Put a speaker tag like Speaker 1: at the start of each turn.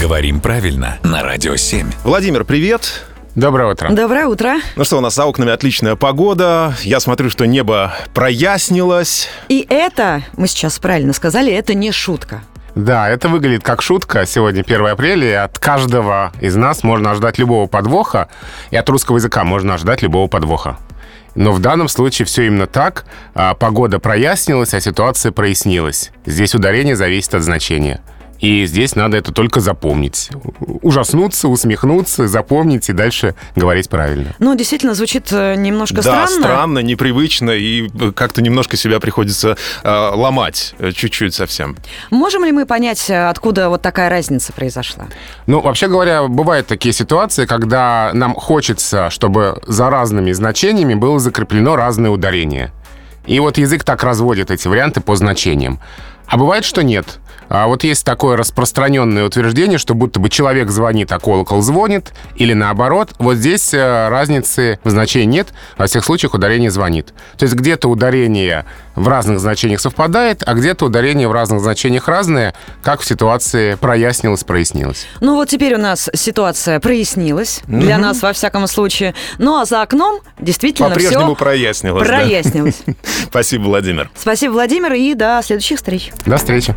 Speaker 1: Говорим правильно на Радио 7.
Speaker 2: Владимир, привет.
Speaker 3: Доброе утро.
Speaker 4: Доброе утро.
Speaker 2: Ну что, у нас за окнами отличная погода. Я смотрю, что небо прояснилось.
Speaker 4: И это, мы сейчас правильно сказали, это не шутка.
Speaker 3: Да, это выглядит как шутка. Сегодня 1 апреля, и от каждого из нас можно ждать любого подвоха, и от русского языка можно ждать любого подвоха. Но в данном случае все именно так. А, Погода прояснилась, а ситуация прояснилась. Здесь ударение зависит от значения. И здесь надо это только запомнить. У- Ужаснуться, усмехнуться, запомнить и дальше говорить правильно.
Speaker 4: Ну, действительно, звучит э, немножко
Speaker 2: да,
Speaker 4: странно.
Speaker 2: непривычно, и э, как-то немножко себя приходится э, ломать э, чуть-чуть совсем.
Speaker 4: Можем ли мы понять, э, откуда вот такая разница произошла?
Speaker 3: Ну, вообще говоря, бывают такие ситуации, когда нам хочется, чтобы за разными значениями было закреплено разное ударение. И вот язык так разводит эти варианты по значениям. А бывает, что нет. А вот есть такое распространенное утверждение, что будто бы человек звонит, а колокол звонит, или наоборот. Вот здесь э, разницы в значении нет, во всех случаях ударение звонит. То есть где-то ударение в разных значениях совпадает, а где-то ударение в разных значениях разное, как в ситуации прояснилось, прояснилось.
Speaker 4: Ну, вот теперь у нас ситуация прояснилась, для нас, во всяком случае. Ну, а за окном действительно
Speaker 2: По-прежнему
Speaker 4: все
Speaker 2: прояснилось. да.
Speaker 4: прояснилось.
Speaker 2: Спасибо, Владимир.
Speaker 4: Спасибо, Владимир, и до следующих встреч.
Speaker 3: До встречи.